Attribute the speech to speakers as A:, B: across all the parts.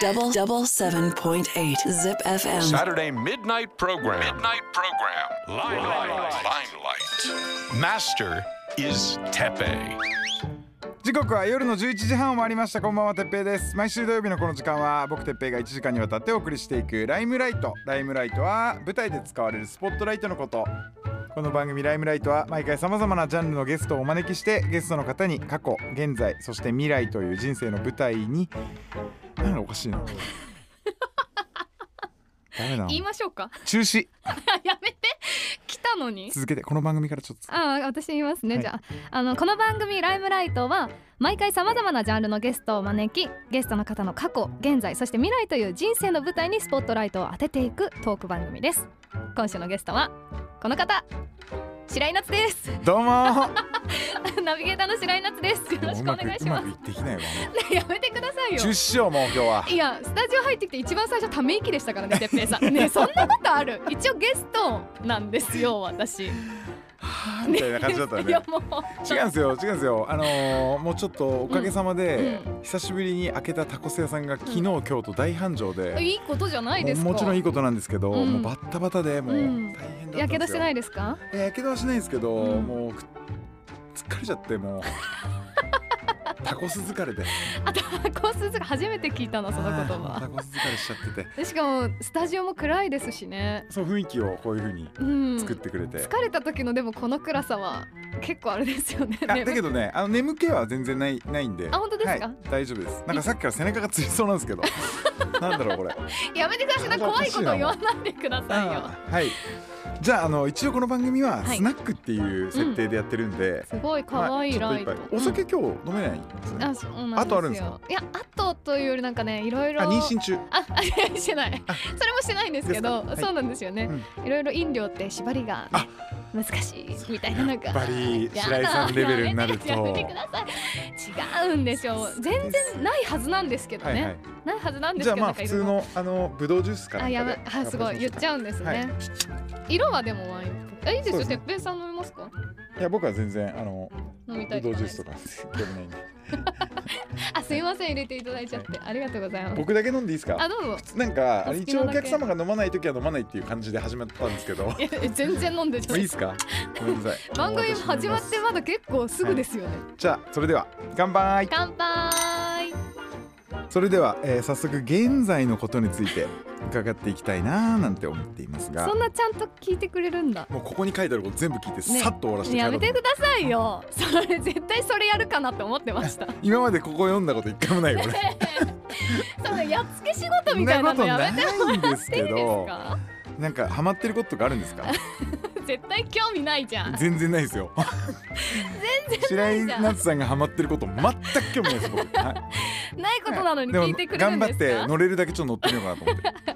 A: Double double seven point eight Zip FM.
B: Saturday midnight program. Midnight program. Limelight. Limelight. Master is Tepe.
C: 時刻は夜の11時半を回りましたこんばんはてっぺいです毎週土曜日のこの時間は僕てっぺいが1時間にわたってお送りしていくライムライトライムライトは舞台で使われるスポットライトのことこの番組ライムライトは毎回さまざまなジャンルのゲストをお招きしてゲストの方に過去現在そして未来という人生の舞台になんかおか しいなダメな
D: 言いましょうか
C: 中止
D: やめて来たのに
C: 続けてこの番組からちょっと
D: ああ私言いますね、
C: はい
D: じゃああのこの番組「ライムライト」は毎回さまざまなジャンルのゲストを招きゲストの方の過去現在そして未来という人生の舞台にスポットライトを当てていくトーク番組です今週のゲストはこの方白井夏です
C: どうも
D: ナビゲーターの白井夏ですよろしくお願いし
C: うまくうま
D: ます
C: くいってきないわ
D: やめてくださいよ
C: 中止しようもう今日はい
D: やスタジオ入ってきて一番最初ため息でしたからねてっぺいさんねえそんなことある一応ゲストなんですよ私
C: みたいな感じだったよ
D: い
C: ね
D: やもう
C: 違うんですよ違うんですよあのーもうちょっとおかげさまで、
D: うん
C: 久しぶりに開けたタコス屋さんが昨日、
D: うん
C: 今日と大繁盛で、
D: いいことじゃないですか
C: もうもちろんいい
D: い
C: ことなんですけど、
D: うん
C: もうバッタバタでもう大
D: う
C: 変
D: ん
C: だったんですよ、
D: やけどしてないいですか
C: やけどはしないんですけど、
D: うん
C: もうく疲れちゃって もうタコス疲れで
D: コースズが初めて聞いたのその言
C: あー タ
D: 葉
C: コス疲れしちゃってて
D: でしかもスタジオも暗いですしね
C: その雰囲気をこういう風に
D: うん
C: 作ってくれて、
D: 疲れた時のでもこの暗さは結構あれですよね
C: あだけどねあの眠気は全然ないないんで
D: あ本当ですか
C: はい、大丈夫ですなんかさっきから背中がつりそうなんです けどなんだろうこれ
D: やめてください怖いこと言わないでくださいよ
C: あーはいじゃああの一応この番組は
D: はい
C: スナックっていう設定でやってるんで、
D: すごい可愛い
C: まあちょ
D: ライ
C: っ
D: ト
C: と一杯お酒今日飲めないんですよね
D: あそうなんですよ
C: あとあるんですか
D: いやあとというよりなんかねいろいろ
C: あ妊娠中
D: あ、あ してない。それもしてないんですけ
C: で
D: ど、
C: すかはい
D: そうなんですよね。いろいろ飲料って縛りが
C: あ
D: 難しいみたいななんか。
C: やっぱり
D: やだ
C: 白井さんレベルになると
D: やめてください違うんですよ。全然ないはずなんですけど
C: は
D: ね。
C: いはい
D: ないはずなんで
C: じ
D: す
C: ゃあ
D: けど。
C: ま
D: な
C: あ
D: んか
C: 普
D: いろい
C: 通
D: ろ。
C: のあのブドウジュースから
D: あ、やばい、あ、すごい、言っち
C: ゃ
D: ゃうんですね。
C: はい
D: 色はでもワインっぽく。え、いいです
C: そうで
D: よ。
C: すね
D: てっぺいさん飲みますか。
C: いや僕は全然あの
D: 飲みた
C: ブ
D: い
C: ドウ
D: とか
C: ジュ
D: ない
C: ースとか興味ないんで
D: あ、すいません、入れていただいちゃって、ありがとうございます。
C: 僕だけ飲んでいいです
D: あ、
C: か
D: どうぞ。
C: なんかあの
D: お好き
C: 一
D: な
C: 応お
D: だけ
C: 客様が飲まない時は飲まないっていう感じで始まったんですけども
D: いや全然飲んでちゃ
C: ういい
D: い
C: ですかごめんなさい
D: 番組
C: もう私飲み
D: 始まってまだ結構すぐですよね。
C: じゃあそれでは乾杯
D: 乾杯
C: それでは、えー早速現在のことについて伺っていきたいなーなんて思っていますが
D: そんなちゃんと聞いてくれるんだ
C: もうここに書いてあること全部聞いて、さっと終わらせて帰
D: や
C: ろう
D: めてくださいよそれ絶対それやるかなって思ってました
C: 今までここ読んだこと一回もないよ 俺
D: そのやっつけ仕事みたいな
C: そ
D: の
C: ん
D: や
C: な
D: めて
C: ことないんです
D: い
C: け
D: いです
C: ど
D: か
C: なんかハマってることとかあるん ですか
D: 絶対興味ないじゃん
C: 全然ないですよ白井夏さんがハマってること全く興味ないです僕、はい
D: ないことなのに
C: でも
D: 聞いてくれるんですか
C: 頑張って乗れるだけちょっと乗ってみようかなと思って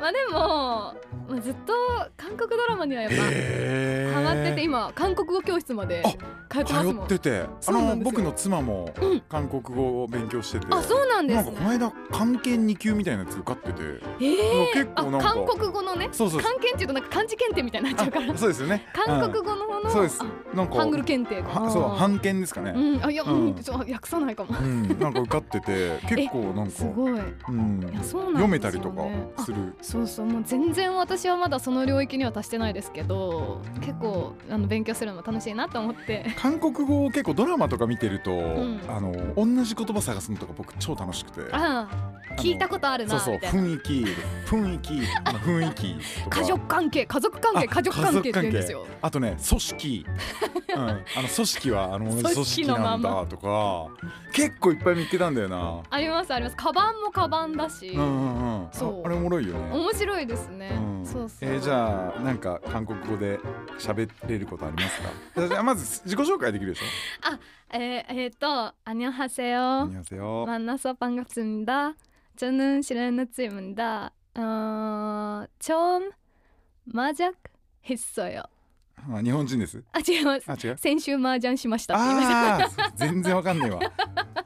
D: まあでも、まあ、ずっと韓国ドラマにはやっぱ
C: へー
D: ハマってて今韓国語教室まで通ってます
C: 通
D: もん
C: っててあ
D: そうな
C: の
D: んですよ
C: 僕の妻も
D: うん
C: 韓国語を勉強してて、
D: あそうなんで
C: なん
D: す
C: かこ
D: ね
C: の間漢検2級みたいなやつ受かってて、
D: えー、
C: 結構なんか
D: あ韓国語のね
C: そうそうそう
D: 漢検っていうとなんか漢字検定みたいになっちゃうから
C: あそうですよね
D: 韓国語の方
C: う
D: の
C: んそうです
D: あ
C: なんか
D: ハングル検定か
C: はそう判検ですかね
D: うん、あいや、
C: うん
D: うん、ちょ訳さないかも。
C: うんなんか受か ってて結構なん
D: す
C: か
D: ごい。
C: うん
D: いや、そうなんですよ、ね。
C: 読めたりとかする
D: あそうそう、もう全然私はまだその領域には達してないですけど、結構あの勉強するのも楽しいなと 思って。
C: 韓国語を結構ドラマとか見てると
D: ん
C: あの同じ言葉探すのとか僕超楽しくて
D: ああ、聞いたことある
C: そ
D: な
C: うそう
D: みたいな。
C: 雰囲気雰囲気あの雰囲気 とか
D: 家族関係、家族関係、
C: あ
D: 家族関係って言うんですよ。
C: あとね組 織うんあの組織はあの同じ組織なんだとか結構いっぱい見つけたんだよな
D: あります、あります。カバンもカバンだし、
C: うんうんうん
D: そう
C: ああれおもろいよね
D: 面白いですね。
C: うん
D: そうそう。
C: えー、じゃあなんか韓国語で喋れることありますか じゃあまず自己紹介できるでしょ
D: えー、えーと、アニョンハセ
C: 안녕하세요
D: ヨ。만나서반갑습니다 저는 실현우입니다. 어, 처음 마작했어요.
C: あ日本人です
D: あ違います
C: あ違う
D: 先週麻雀しましたって言いました
C: ああー全然わかんねえわ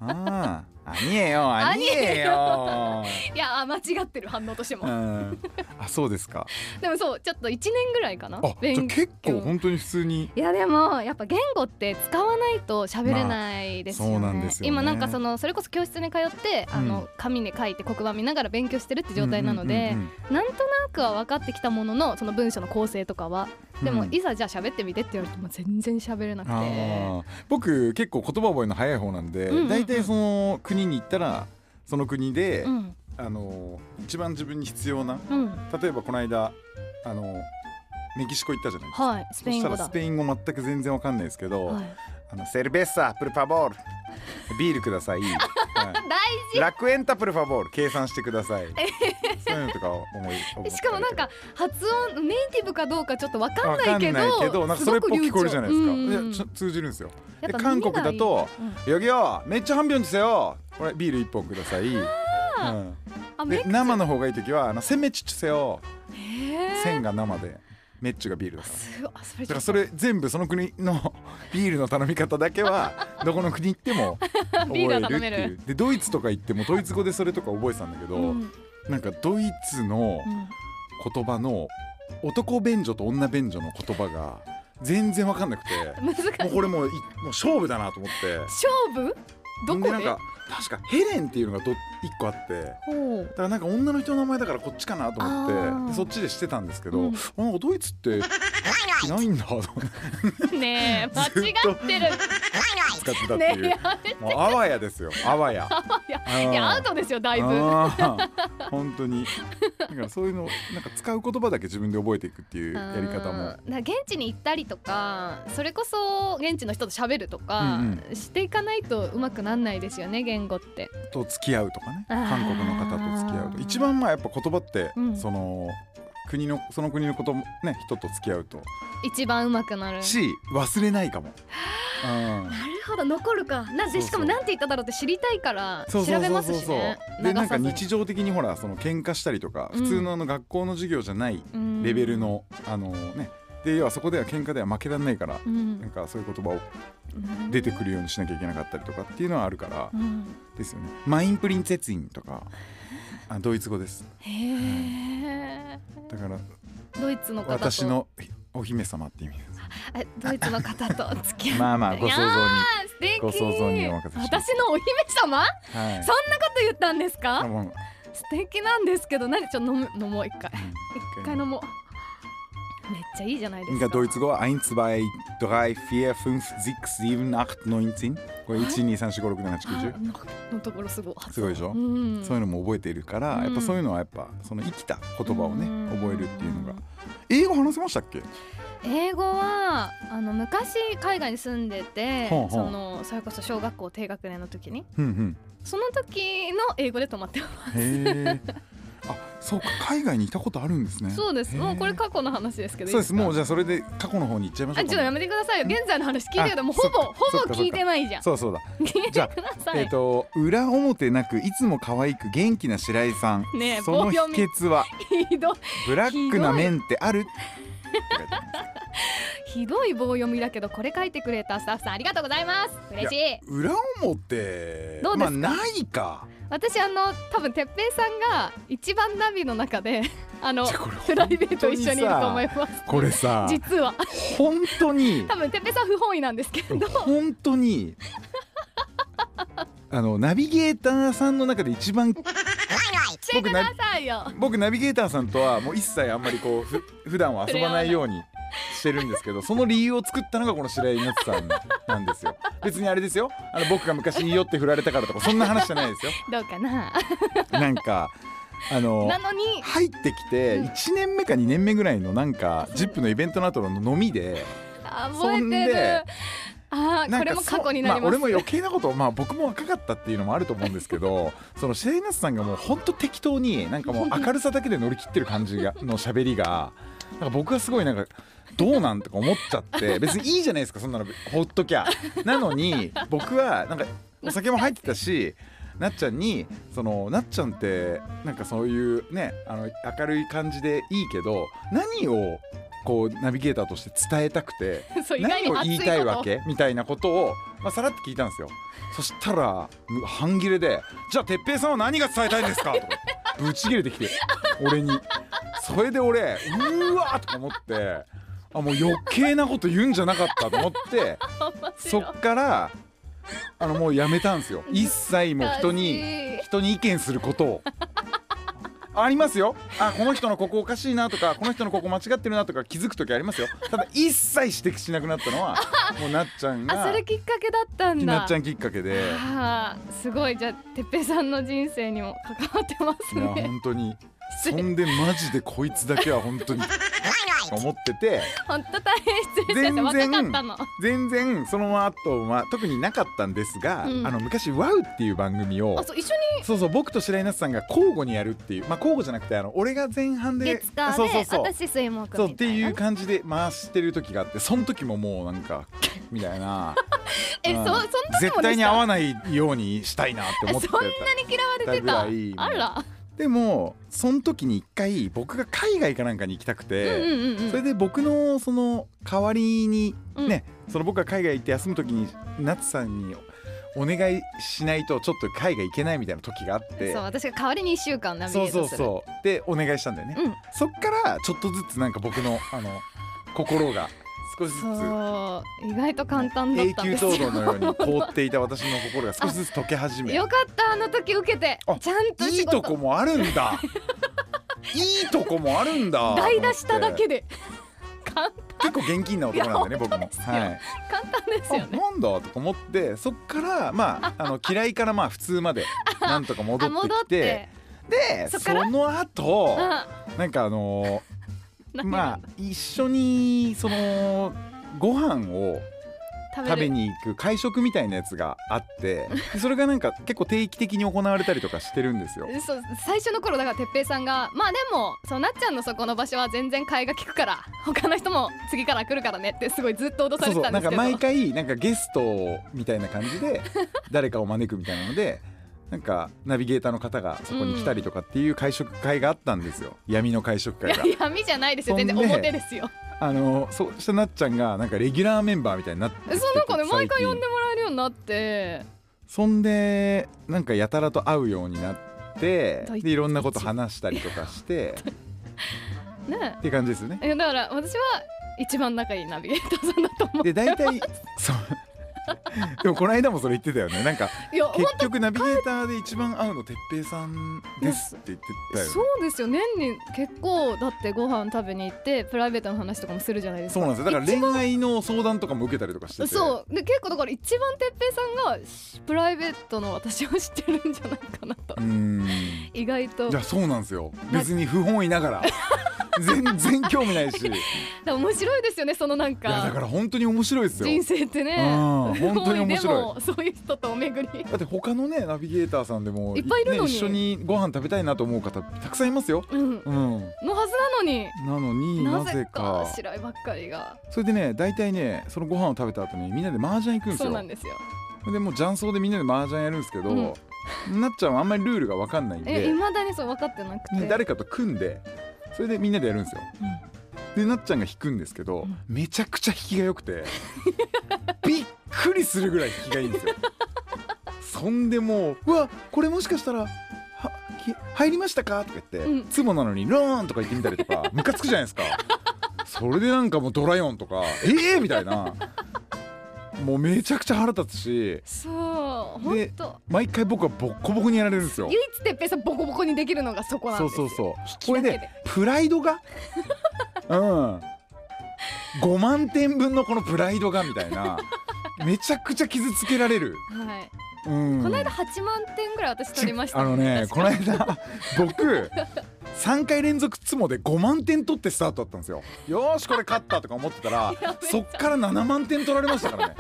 C: ああにえよあにえよ
D: いやあ間違ってる反応としても、
C: うんあそうですか
D: でもそうちょっと1年ぐらいかな
C: あじゃあ
D: 勉
C: 結構
D: 強
C: 本当に普通に
D: いやでもやっぱ言語って使わないと喋れないですよね,、
C: まあそうなんですよね
D: 今なんかそのそれこそ教室に通って、あ
C: うん
D: の紙に書いて黒板見ながら勉強してるって状態なので、
C: うんうんうん
D: なんとなくは分かってきたもののその文章の構成とかはでも、
C: うん
D: いざじゃあ喋ってみてって言われても全然喋れなく
C: あ
D: て
C: ー僕結構言葉覚えの早い方なんで、
D: うんうんうん
C: 大体その国に行ったらその国で、
D: うん
C: あの一番自分に必要な
D: うん
C: 例えばこの間あのメキシコ行ったじゃないですか、
D: はいスペイン
C: そ
D: 語
C: した
D: だ
C: らスペイン語全く全然わかんないですけど「
D: はい
C: あのセルベッサプルファボール」ビールくだ さい、はい
D: 大
C: ラクエンタプルファボール計算してくださいそういうのとか思い思ったりと
D: しかもなんか発音ネイティブかどうかちょっと分か
C: わ
D: んない
C: かん
D: けど
C: ないけどなんか
D: す
C: それ
D: ご
C: っぽ
D: く
C: く
D: 流
C: 聞こえるじゃないですか、
D: 暢うんうん
C: いやちょ通じるんですよ
D: やっ
C: で
D: ぱ
C: 韓国だと
D: 耳がい
C: 「
D: い
C: ヨギよめっちゃ半秒にせよこれビール一本ください」うん、
D: あめ
C: で生の方がいい時は「あのせめちっちせよ」
D: へ
C: 線
D: ー
C: が生でめっちがビールだから。
D: すごいあそれ
C: だ
D: ち
C: か
D: ょ
C: ら
D: っ
C: そ
D: と
C: れ全部その国のビールの頼み方だけ はどこの国行っても覚
D: ビ
C: え
D: ール
C: る
D: は
C: って
D: 頼める
C: いうでドイツとか行ってもドイツ語でそれとか覚えてたんだけど、
D: うんうん
C: なんかドイツの言葉の男便所と女便所の言葉が全然わかんなくて
D: 難しい
C: もうこれもういもう勝負だなと思って
D: 勝負ど
C: で
D: こ
C: なん
D: で
C: か確かヘレンっていうのがど1個あって
D: ほう
C: だからなんか女の人の名前だからこっちかなと思
D: あ
C: っ
D: ー
C: てでそっちでしてたんですけど、
D: うん
C: あなんかドイツってないんだと思って
D: ねえ間違ってる
C: 使ってたって
D: ね
C: いう、
D: えやめ
C: もうあわやですよあわや
D: やいやアウトですよだいぶ
C: あー本当にだからそういうのなんか使う言葉だけ自分で覚えていくっていうやり方も
D: うんだから現地に行ったりとかそれこそ現地の人と喋るとか、
C: うん
D: していかないとうまくなんないですよね言語って
C: と付き合うとかね
D: あー
C: 韓国の方と付き合うと一番まあやっぱ言葉って、
D: うん
C: その国のその国のこともね人と付き合うと
D: 一番うまくなる
C: し忘れないかも。うん
D: なるほど残るかな
C: そうそう
D: でしかもなんて言っただろうって知りたいから調べますしね
C: でなんか日
D: 常
C: 常的にほらその喧嘩したりとか、
D: うん
C: 普通のあの学校の授業じゃないレベル、の、あのねで要はそこでは喧嘩では負けられないから、
D: うん
C: なんかそういう言葉を出てくるようにしなきゃいけなかったりとかっていうのはあるから、
D: うん
C: ですよね。マインプリンツェツインとかあドイツ語です。
D: へえ
C: だから
D: ドイツの方と
C: 私のお姫様って意味です。
D: あドイツの方と付き合って
C: まあまあご想像に
D: いやー素敵
C: ご想像にお任せします
D: 私のお姫様
C: はい。
D: そんなこと言ったんですか
C: あもう
D: 素敵なんですけど何ちょっと飲む飲もう一回
C: うん
D: 一回飲もうめっちゃいいじゃないで
C: なん
D: す
C: か
D: か
C: ドイツ語は1、2、3、4、5、6、7、8、9、10。これ1、2、3、4、5、6、7、
D: あ
C: 8、9、
D: のところすごい
C: 10。すごいでしょ、
D: うん
C: そういうのも覚えているから、
D: うん
C: やっぱそういうのはやっぱその生きた言葉をね、
D: うん
C: 覚えるっていうのが。英語話せましたっけ
D: 英語はあの昔海外に住んでて
C: ほうほう
D: そのそれこそ小学校低学年の時に
C: うん
D: その時の英語で止まってま
C: うん。 へえ。あそうか、海外にいたことあるんですね。
D: すそうです
C: へえ
D: もうこれ過去の話ですけど
C: そうです、もうじゃ
D: ゃ
C: あそれで過去の方に行っちゃいましょ
D: あ
C: う
D: ちょ
C: か
D: っとやめてくださいよ現在の話聞いてけどもうほぼ
C: あそっ
D: ほ
C: か
D: ぼ聞いてないじゃん
C: そうそうだ。
D: 聞い
C: じゃあ
D: てくださ
C: え
D: い
C: っ、と裏表なくいつも可愛く元気な白井さん、
D: ねえ
C: その
D: 棒
C: 秘
D: 読み
C: 訣は
D: ひど
C: ブラックな面ってあるって書いてある
D: ひどい棒読みだけどこれ書いてくれたスタッフさんありがとうございます嬉しい
C: 裏表
D: どうですか
C: まあないか
D: 私あの多分哲平さんが一番ナビの中で あの
C: じゃあこれ
D: プライベート一緒にいると思います
C: これ さ
D: 実は
C: 本当に
D: 多分哲平さん不本意なんですけど
C: 本当にあのナビゲーターさんの中で一 番
D: してくださいよ
C: 僕ナビゲーターさんとはもう一切あんまりこうふ普段は遊ばないようにしてるんですけどその理由を作ったのがこの白井夏さんなんですよ別にあれですよあの僕が昔いいよって振られたからとかそんな話じゃないですよ
D: どうかな
C: なんかあ の
D: なのに
C: 入ってきて
D: うん
C: 1年目か2年目ぐらいのなんか「ZIP!」のイベントの後の飲みで
D: あ
C: そ
D: 覚
C: ん
D: え
C: で
D: てるあー
C: な
D: こ
C: ん
D: れ
C: か
D: も
C: そ
D: 過去になり
C: あ
D: ま
C: 俺
D: す、
C: も余計なことまあ僕も若かったっていうのもあると思うんですけ どそのシェイナスさんがもうほんと適当になんかもう明るさだけで乗り切ってる感じがの喋りがなんか僕はすごいなんかどうなんとか思っちゃ って別にいいじゃないですかそんなのほっときゃなのに僕はなんかお酒も入ってたしなっちゃんにそのなっちゃんってなんかそういうねあの明るい感じでいいけど何をこうナビゲーターとして伝えたくて
D: そう意外
C: 何
D: に
C: を
D: 熱
C: 言
D: い
C: い
D: こと
C: たいわけみたいなことを、まあ、さらっと聞いたんですよそしたらむ半切れで「じゃあ哲平さんは何が伝えたいんですか?」とかぶち切れてきて俺にそれで俺うーわーとか思ってあもう余計なこと言うんじゃなかったと思 って
D: 面
C: そ
D: 白い
C: っからあのもうやめたんですよ一切もう人に
D: 恥ずかしい
C: 人に意見することを ありますよあこの人のここおかしいなとかこの人のここ間違ってるなとか気づく時ありますよただ一切指摘しなくなったの はもうなっちゃん
D: あ
C: が
D: それきっかけだったんだ
C: なっちゃんきっかけで
D: あーすごいじゃあてっぺいさんの人生にも関わってます
C: いや
D: ね
C: 本当にそんでマジでこいつだけは本 当に思ってて
D: 本当大変失礼しました
C: 全然
D: 若かったの
C: 全然その後は特になかったんですが、
D: うん
C: あの昔「ワウっていう番組を
D: あそう一緒に
C: そうそう僕と白井夏さんが交互にやるっていうまあ交互じゃなくてあの俺が前半で
D: 月火で
C: そうそうそう
D: 私水木みたい
C: そ
D: な
C: うっていう感じで回してる時があってその時ももうなんかみたいな
D: え
C: う
D: そ
C: ん
D: そんなの
C: 絶対に合
D: な
C: わないようにしたいなって思ってた
D: そんなに嫌われて
C: だいぶ
D: たあ
C: はいい
D: ら
C: でもその時に一回僕が海外かなんかに行きたく
D: うん
C: て、
D: うんうんうん
C: それで僕のその代わりに
D: うん
C: ね、その僕が海外行って休む時に夏さんにお願いしないとちょっと海外行けないみたいな時があって
D: そう私が代わりに一週間ナビゲ
C: そうそ
D: ート
C: う
D: する
C: そうでお願いしたんだよね、
D: うん
C: そっからちょっとずつなんか僕のあの心が少しずつ
D: そう意外と簡単だっ
C: 永
D: たんで
C: 久
D: す
C: 凍土の
D: よ
C: ように凍っていた私の心が少しずつ溶け始めい
D: よかったあの時受けて
C: あ
D: ちゃんと仕事
C: いとこもあるん だいいとこもあるんだ
D: 代打しただけで簡
C: 結構現金な男なんでね僕もはい
D: 簡単ですよ
C: あ
D: ね
C: なんだとか思ってそっから まああの嫌いからまあ普通までなんとか戻
D: あ
C: って
D: 戻っ
C: きて
D: て
C: で
D: そっ
C: そ
D: から
C: の後
D: あ
C: なんかあの
D: 何
C: まあ一緒にそのご飯を
D: 食べ
C: 食べ
D: る
C: に行く会食みたいなやつがあってでそれがなんか結構定期的に行われたりとかしてるんですよ。
D: そう最初の頃だから哲平さんがまあでもそうなっちゃんのそこの場所は全然替えが利くから他の人も次から来るからねってすごいずっと脅
C: そ
D: され
C: う
D: て
C: そ
D: た
C: うんな
D: で
C: んか
D: すけど
C: 毎回なんかゲストみたいな感じ で誰かを招くみたいなのでなんかナビゲーターの方がそこに来たりとかっていう会食会があったんですよ闇の会食会が
D: い。や闇じゃないですよ
C: そん
D: 全
C: で
D: 然表で すよ
C: あのそうしたなっちゃんがなんかレギュラーメンバーみたいになってき
D: え
C: て
D: そうなんかね
C: 最近
D: 毎回呼んでもらえるようになって
C: そんでなんかやたらと会うようになって
D: どい
C: でいろんなこと話したりとかして
D: ね
C: っていう感じですよね。
D: えだから私は一番仲いいナビゲーターさんだと思う
C: で大体そう でもこの間もそれ言ってたよねなんか
D: いやほん
C: 結局ナビゲーターで一番会うの哲平さんですって言ってたよね
D: そうですよ年に結構だってご飯食べに行ってプライベートの話とかもするじゃないです
C: そう
D: か
C: なんですよだから恋愛の相談とかも受けたりとかしてて
D: そうで結構だから一番てっぺいさんがしプライベートの私を知ってるんじゃないかなと
C: うーん
D: 意外と
C: じゃあそうなんですよ別に不本意ながら 全然興味ないしい
D: だから面白いですよねそのなんか
C: やだから本当に面白いですよ
D: 人生ってね
C: うん本当に 面白い
D: 多でもそういう人とお巡り
C: だって他のねナビゲーターさんでも
D: いっぱいいるのに
C: ね、一緒にご飯食べたいなと思う方たくさんいますよ。
D: うん
C: うん、
D: のはずなのに
C: なのにな
D: な
C: ぜ
D: ぜ
C: か
D: か白いばっかりが
C: それでね大体ねそのご飯を食べた後にみんなで麻雀行くんです
D: そう
C: よ。
D: なんですよ
C: でもう雀荘でみんなで麻雀やるんですけど、なっちゃんはあんまりルールが分かんないん
D: え
C: で、
D: 未だにそう分かってなくて、
C: ね誰かと組んでそれでみんなでやるんですよ。でなっちゃんが引くんですけど、めちゃくちゃ引きが良くて びっくりするぐらい引きがいいんですよ。そんでもう「うわこれもしかしたらはき入りましたか?」とか言って
D: うん
C: 「ツ、ボ、なのにローン」とか言ってみたりとかムカつくじゃないですか。それでなんかもうドライオンとか「ええー!」みたいなもうめちゃくちゃ腹立つし
D: そう本当
C: 毎回僕はボッコボコにやられるんですよ
D: 唯。一てっぺいさんボコボコにできるのがそこな
C: そ
D: んで
C: う
D: すよ
C: そうそう
D: き
C: これ
D: だけで
C: でプライド がうん5万点分のこのプライドがみたいなめちゃくちゃ傷つけられる、
D: はい、
C: うん、
D: この間8万点ぐらい私取りました
C: あの ね
D: 確
C: この
D: か
C: 間僕3回連続ツモで5万点取ってスタートだったんですよよーしこれ勝ったとか思ってたら
D: やべえ
C: そっから7万点取られましたからね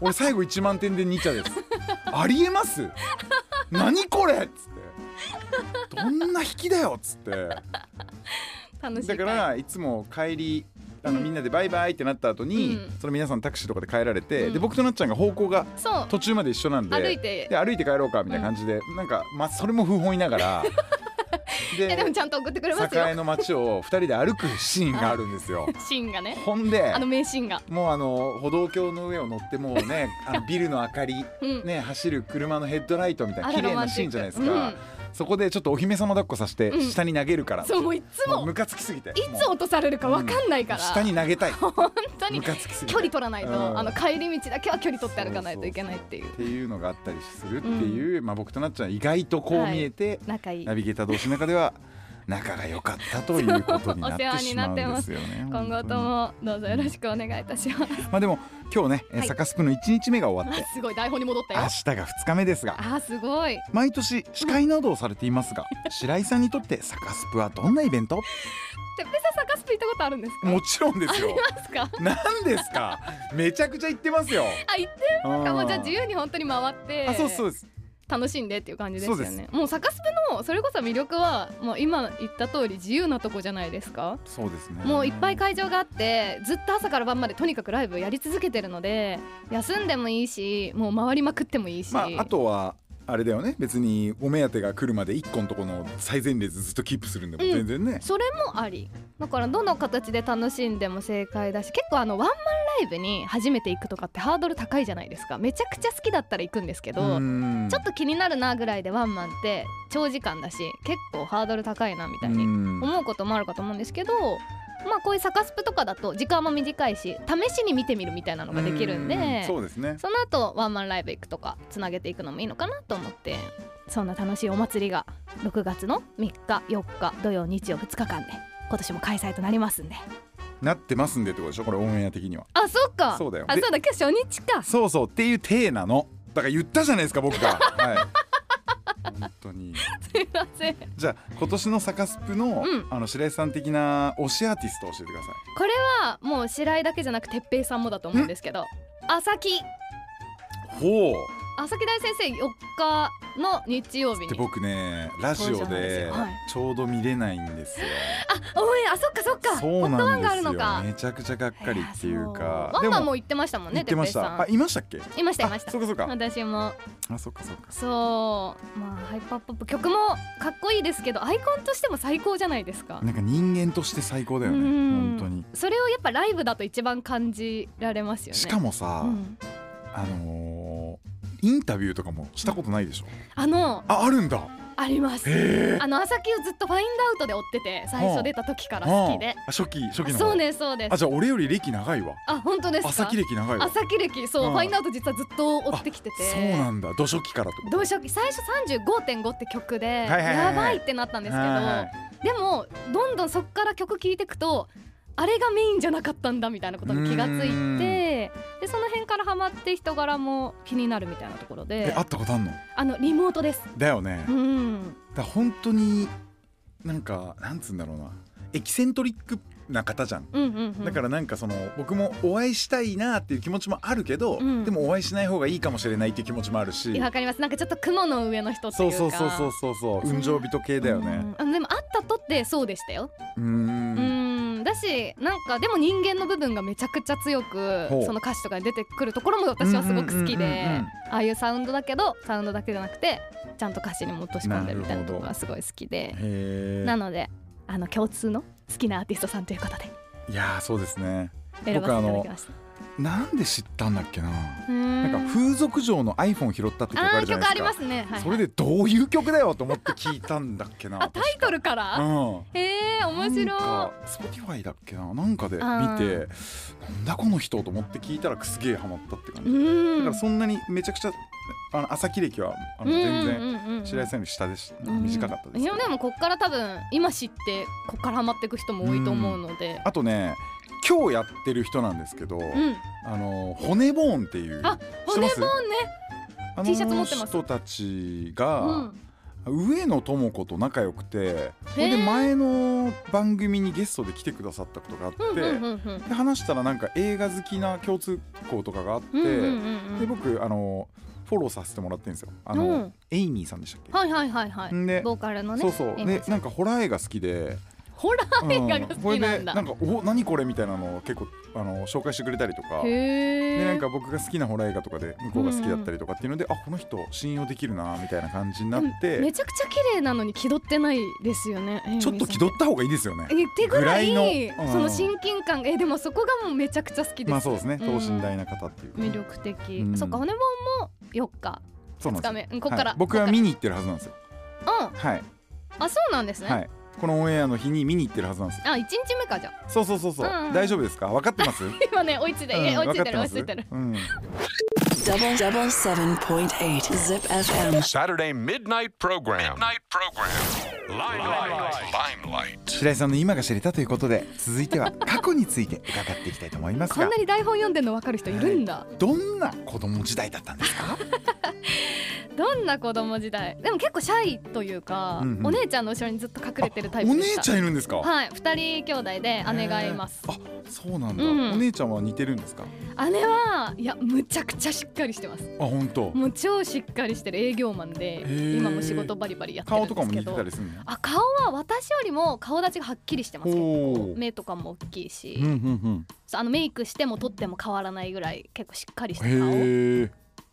C: 俺最後1万点で2茶ですありえます何これっつってどんな引きだよっつって
D: 楽しい
C: だか
D: 会
C: らいつも帰りあのみんなでバイバイってなった後に、
D: うん
C: その皆さんタクシーとかで帰られて、
D: うん
C: で僕となっちゃんが方向が
D: そう
C: 途中まで一緒なんで
D: 歩いて
C: で歩いて帰ろうかみたいな感じで、なんかまあそれも不本意ながらで
D: いやでもちゃんと送ってくれます
C: 栄
D: よ
C: の街を2人で歩くシーンがあるん ですよ
D: シーンがね
C: ほんで
D: あの名シーンが
C: もうあの歩道橋の上を乗ってもうねあのビルの明かり、
D: うん
C: ね、走る車のヘッドライトみたいな
D: あら
C: 綺麗なシーンじゃないです
D: ロマ
C: か、
D: ンチッ
C: そこでちょっとお姫様抱っこさせて
D: うん
C: 下に投げるから、
D: そうもういつ
C: もう
D: も
C: ムカつきすぎて
D: いつ落とされるかわかんないから、
C: 下に投げたいっ
D: 本当に
C: ムカつきすぎて
D: 距離取らないと、
C: うん
D: あの帰り道だけは距離取って歩かないといけないっていう
C: ていうのがあったりするっていう、まあ、僕となっちゃんは意外とこう見えて、
D: 仲いい
C: ナビゲーター同士の中では仲が良かったということになってしまうんですよ ね。
D: 今後と
C: 本
D: もどうぞよろしくお願いいたし ます
C: 当にまあでも今日ね、えー
D: はい
C: サカスプの1日目が終わって
D: あすごい台本に戻ったよ
C: 明日が2日目ですが
D: あすごい
C: 毎年司会などをされていますが白井さんにとってサカスプはどんなイベント
D: てっぺさんサカスプ行ったことあるんですか
C: もちろんですよ
D: ありますか
C: なんですかめちゃくちゃ言ってますよ
D: あ行ってるかもうじゃあ自
C: 由
D: 由に本当に回って
C: あそうですそうです
D: 楽しんでっていう感じですよ
C: そう
D: ねもうサカスプのそれこそ魅力はもう今言った通り自由なとこじゃないですか
C: そうですね
D: もういっぱい会場があってずっと朝から晩までとにかくライブやり続けてるので休んでもいいしもう回りまくってもいいし、
C: まああとはあれだよね別にお目当てが来るまで1個のとこの最前列ずっとキープするんでも全然ね、
D: それもありだからどの形で楽しんでも正解だし結構あのワンマンライブに初めて行くとかってハードル高いじゃないですかめちゃくちゃ好きだったら行くんですけど、
C: うん
D: ちょっと気になるなぐらいでワンマンって長時間だし結構ハードル高いなみたいに
C: うん
D: 思うこともあるかと思うんですけど、まあこういうサカスプとかだと時間も短いし試しに見てみるみたいなのができるんで
C: うんそうですね
D: その後ワンマンライブ行くとかつなげていくのもいいのかなと思ってそんな楽しいお祭りが6月の3日4日土曜日曜2日間で今年も開催となりますんで
C: なってますんでってことでしょこれオンエア的には
D: あそっか
C: そうだよ
D: あ
C: で
D: そうだ今日初日か
C: そうそうっていう体なのだから言ったじゃないですか僕 がはい本当に
D: すいませんこ
C: じゃあ今年のサカスプの,、
D: うん
C: あの白井さん的な推しアーティストを教えてください
D: れはもう白井だけじゃなく哲平さんもだと思うんですけど朝木
C: ほう
D: 朝木大先生4日の日曜日
C: って
D: に
C: 僕ねラジ
D: そ
C: オ
D: うじゃないです
C: で
D: よはい
C: ちょうど見れないんですよ、
D: あ応援あそっかそっか
C: そう
D: ホットワ
C: な
D: ンがあ
C: んで
D: る
C: す
D: の
C: よ
D: か
C: めちゃくちゃがっかりっていう
D: いや
C: か
D: そうワンマンも言ってましたもん
C: 言
D: ね
C: ってまし
D: 哲平
C: た
D: さ
C: あいましたっけ
D: んいましたいまし
C: あ
D: た
C: そうかそうか
D: 私も
C: あそうかそうか
D: そうまあハイパーポップ曲もかっこいいですけどアイコンとしても最高じゃないですか。
C: なんか人間として最高だよね
D: うん
C: 本当に
D: それをやっぱライブだと一番感じられますよね。
C: しかもさ、
D: うん
C: あのーインタビューとかもしたことないでしょ
D: あの
C: ああるんだ
D: あります。
C: へえ
D: あの朝木をずっとファインダーアウトで追ってて最初出た時から好きで。
C: 初期初期の方
D: そうですそうで
C: あ
D: す。
C: じゃあ俺より歴長いわ
D: あ本当ですか。
C: 朝木歴長いわ
D: 朝木歴そう
C: うん
D: ファインダーアウト実はずっと追ってきてて。
C: そうなんだ土初期からってこと
D: どうしよう最初35.5って曲で
C: いはいはいはい
D: やばいってなったんですけど、
C: はいはい
D: でもどんどんそこから曲聴いていくとあれがメインじゃなかったんだみたいなことに気がついて
C: うーん
D: でその辺からハマって人柄も気になるみたいなところ
C: え
D: で
C: 会ったことあんの
D: あのリモートです。
C: だよね
D: うん
C: だから本当になんかなんつうんだろうなエキセントリックな方じゃん
D: うんうんうん、
C: だからなんかその僕もお会いしたいなっていう気持ちもあるけど、
D: うん
C: でもお会いしない方がいいかもしれないっていう気持ちもあるし
D: いやわかりますなんかちょっと雲の上の人ってい
C: そうう
D: か
C: そうそうそうそうそう
D: うん
C: 運情人系だよね
D: うんあでも会ったとってそうでしたよ
C: うー
D: うんーんだしなんかでも人間の部分がめちゃくちゃ強く
C: ほう
D: その歌詞とかに出てくるところも私はすごく好き
C: うんうんうんうんう
D: で
C: ん
D: ああいうサウンドだけどサウンドだけじゃなくてちゃんと歌詞にも落とし込んでるみたいな
C: なるほ
D: と
C: ど
D: ころがすごい好きで
C: へ
D: な
C: え
D: のであの共通の好きなアーティストさんということで
C: いやーそうですね
D: 選ばせていただきました
C: なんで知ったんだっけな
D: な
C: なんか風俗嬢の iPhone 拾ったって曲
D: あ
C: あ
D: ー
C: るじゃ
D: 曲
C: な
D: あ
C: いで
D: り
C: す
D: ま
C: か
D: すね、はい
C: それでどういう曲だよと思って聞いたんだっけな
D: あタイトルから、
C: うん
D: へえ面白い
C: なんか Spotify だっけななんかで見て
D: あー
C: なんだこの人と思って聞いたらすげえハマったって感
D: う
C: じ、だ
D: ん
C: からそんなにめちゃくちゃあの朝木歴はあの全然
D: 然
C: 白井さんより下でした、
D: うん
C: 短かったです
D: い
C: け
D: や
C: ど
D: でもこっから多分今知ってこっからハマっていく人も多いと思うので
C: あとね今日やってる人なんですけど、
D: うん
C: あの骨ボーンっていう知
D: あ
C: って
D: 骨
C: ま
D: ボー
C: す
D: ンね
C: あの
D: T シャツ持ってます
C: 人たち
D: う
C: が
D: ん、
C: 上野智子と仲良くてそれで前の番組にゲストで来てくださったことがあって、
D: うんうんうんうん
C: で話したらなんか映画好きな共通項とかがあって、
D: うんうんうんう
C: で
D: ん
C: 僕あのフォローさせてもらってるんですよあの、
D: うん
C: エイミーさんでしたっけ、
D: はいはいはいはい
C: で
D: ボーカルのね
C: そうそう
D: え
C: でなんかホラー映画好きで
D: ホラー 映画が
C: こ
D: 好
C: れ
D: きな
C: で
D: んだ
C: なんか「お何これ?」みたいなのを結構あの紹介してくれたりとかで
D: へえ
C: なんか僕が好きなホラー映画とかで向こうが好きだったりとかっていうので、あこの人信用できるなみたいな感じになって、
D: めちゃくちゃ綺麗なのに気取ってないですよね
C: ちょっと気取
D: っ
C: った方がいいですよね。
D: えってぐらい
C: ぐらいのうん
D: その親近感えでもそこがもうめちゃくちゃ好きです、
C: まあそうですね等身大
D: な
C: な方っていうか、
D: 魅力的、
C: ん
D: そっか骨盆も4日
C: そうなん
D: 2
C: です
D: 日
C: よ
D: 目うんこっから、
C: はい、僕は
D: こっ
C: 見に行ってるはずなんですよ
D: からうん
C: はい、
D: あそうなんですね、
C: はいこのオンエアの日に見に行ってるはずなんですよ
D: あ一日目かじゃあ
C: そうそうそうそう、
D: うんうん
C: 大丈夫ですか分かってますうん
D: 今ね追 いついて、え追いついてる追
C: ま
D: い
C: す
D: ついてる
C: うん、
A: Double double seven point eight Zip FM.
B: Saturday midnight program. Midnight program. Limelight. Limelight.
C: 白井さんの今が知れたということで続いて は過去について伺っていきたいと思います
D: こん
C: が
D: なに台本読んでんの分かる人いるんだ、
C: どんな子供時代だったんですか
D: どんな子供時代でも結構シャイというか、
C: うんうん
D: お姉ちゃんの後ろにずっと隠れてるタイ
C: お
D: プ
C: 姉
D: でした
C: ちゃんいるんですか、
D: はい二人兄弟で姉がいます
C: へーあそうなんだ、
D: うん
C: お姉ちゃんは似てるんですか
D: 姉はいやむちゃくちゃしっかりしてます
C: あ本当
D: もう超しっかりしてる営業マンで
C: ー
D: 今も仕事バリバリやってる
C: 顔
D: ん
C: と
D: で
C: か
D: す
C: も
D: け
C: 似て
D: ど
C: たりするの
D: あ顔は私よりも顔立ちがはっきりしてます結
C: お
D: 構
C: ー
D: 目とかも大きいし、
C: うんうん
D: そうあのメイクしても取っても変わらないぐらい結構しっかりし
C: うん
D: た顔
C: へえ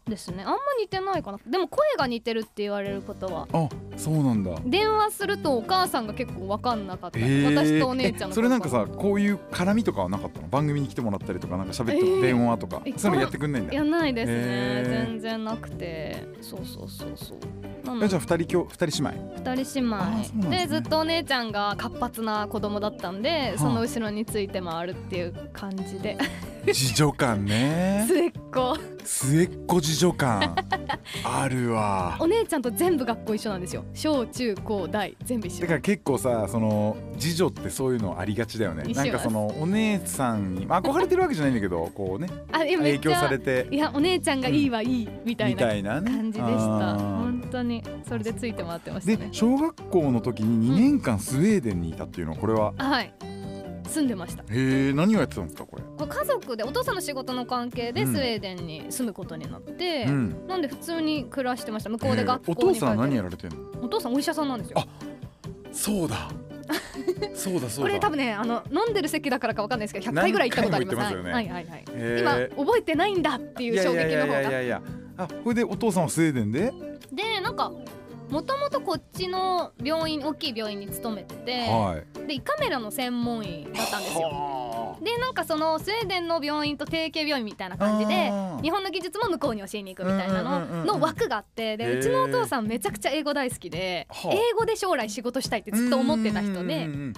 D: ですねあんま似てないかなでも声が似てるって言われることは
C: あそうなんだ
D: 電話するとお母さんが結構分かんなかった、
C: へー
D: 私とお姉ちゃん
C: え
D: の
C: それなんか
D: 顔
C: さこういう絡みとかはなかったの番組に来てもらったりとかなんか喋って、
D: えー
C: 電話とか
D: え
C: そういうのやってくんないんだ
D: いやないですね、
C: へー
D: 全然なくてそうそうそうそうなの
C: え
D: で
C: じゃあ二人きょ二人姉 妹
D: 二人姉妹
C: あそうなん
D: で,、
C: ですね
D: ずっとお姉ちゃんが活発な子供だったんで
C: あ
D: その後ろについて回るっていう感じで
C: 自助感ね
D: 末っ子
C: 末っ子自助感 あるわ
D: お姉ちゃんと全部学校一緒なんですよ小中高大全部一
C: だ
D: 緒
C: から結構さその次女ってそういうのありがちだよね
D: 一
C: な
D: 緒
C: んかそのお姉さんに、まあ、憧れてるわけじゃないんだけどこうね
D: あえめ
C: 影
D: っち
C: 響さ
D: ゃ
C: れて
D: いやお姉ちゃんがいいはいいみたい
C: みた
D: ない
C: なね
D: 感じでした
C: あー
D: 本当にそれでついてもらってました
C: で
D: ね
C: 小学校の時に2年間スウェーデンにいたっていうのはこれは
D: はい住んでました
C: へえ何をやってたんですかこれ、
D: これ家族でお父さんの仕事の関係で
C: う
D: スウ
C: ん
D: ェーデンに住むことになって、
C: うん
D: なんで普通に暮らしてました向こう
C: え
D: で
C: ー
D: 学
C: お
D: 校に通っ
C: 父
D: て、
C: さんは何やられてんの
D: お父さんお医者さんなんですよ
C: あそうだそうだそ
D: これ多分ねあの飲んでる席だからかわかんないですけど100回ぐらい行ったことあります
C: 何回も言ってますよね
D: はいはいはい、
C: へー
D: 今覚えてないんだっていう衝撃の
C: いやいやい
D: 方
C: や
D: が
C: いやいやあこれでお父さんはスウェーデンで、
D: でなんかもともとこっちの病院大きい病院に勤めてて、
C: はい
D: で胃カメラの専門医だったんですよ
C: は
D: でなんかそのスウェーデンの病院と提携病院みたいな感じで
C: あー
D: 日本の技術も向こうに教えに行くみたいな
C: うんうんうんう
D: の
C: ん
D: の枠があって
C: へ
D: で
C: ー
D: うちのお父さんめちゃくちゃ英語大好きで
C: はあ
D: 英語で将来仕事したいってずっと思ってた人で
C: うんうんうん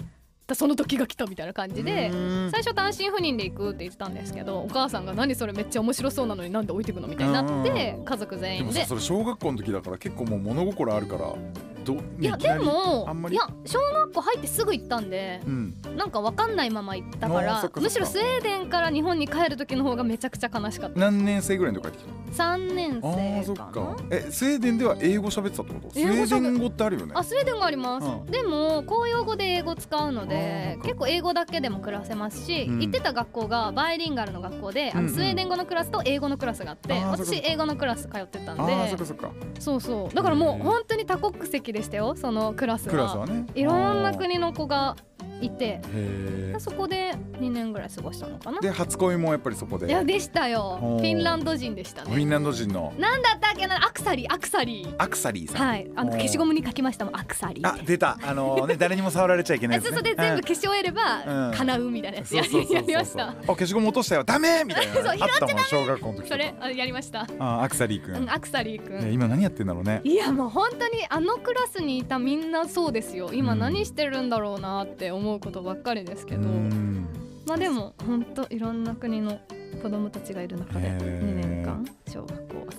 D: だその時が来たみたいな感じで
C: うん
D: 最初単身赴任で行くって言ってたんですけどお母さんが「何それめっちゃ面白そうなのになんで置いてくの?」みたいになって
C: うん
D: 家族全
C: で
D: 員
C: も
D: で
C: さ。それ小学校の時だから結構もう物心あるからど
D: いや
C: きな
D: で
C: り
D: も
C: あんまり
D: いや小学校入ってすぐ行ったんで
C: うん
D: なんか分かんないまま行ったか
C: あーそ
D: ら
C: っかそっか
D: むしろスウェーデンから日本に帰る時の方がめちゃくちゃ悲しかった
C: 何年生ぐらいの時帰ってきたの
D: 3年
C: あーそ
D: 生
C: っ
D: かな
C: かえスウェーデンでは英語喋ってたってことスウ
D: 英語
C: ェ
D: 喋
C: ーデン語ってあるよね
D: あスウェーデンがあります、
C: うん
D: でも公用語で英語使うの
C: あーそ
D: で
C: っか
D: 結構英語だけでも暮らせますし、
C: うん
D: 行ってた学校がバイリンガルの学校で、あ
C: うん
D: の
C: うん
D: スウェーデン語のクラスと英語のクラスがあって
C: あーそっかそ
D: 私
C: っか
D: 英語のクラス通ってたん
C: あーそっ
D: で
C: かそっか
D: そうそうだからも
C: うん
D: う本当に多国籍でしたよそのクラスは
C: クラスはね
D: いろんな
C: へ
D: 国の子がいて
C: え
D: そこで2年ぐらい過ごしたのかな
C: で初恋もやっぱりそこで
D: いやでしたよフ
C: おー
D: ィンランド人でした
C: フィ
D: ね
C: ンランド人の
D: なんだったっけなアクサリーアクサリー
C: アクサリーさん、
D: はいあの
C: おー
D: 消しゴムに書きましたもんアクサリー
C: あ出たあの ね誰にも触られちゃいけない
D: あ
C: やつ、ね、
D: そうそうで全部消し終えれば
C: うん
D: 叶うみたいなやつ
C: そ
D: や
C: うそうそうそう
D: やりました
C: あ消しゴム落としたよダメみたいな
D: そう拾っちゃ
C: あったもん小学校の時とか
D: それあやりました
C: あアクサリーくん、
D: うんアクサリーく
C: いや
D: ん
C: 今何やってんだろうね
D: いやもう本当にあのクラスにいたみんなそうですよ今
C: うん
D: 何してるんだろうなって思うことばっかりですけど
C: うん
D: まあでも本当いろんな国の子供たちがいる中で
C: へー
D: 2年間小学校は過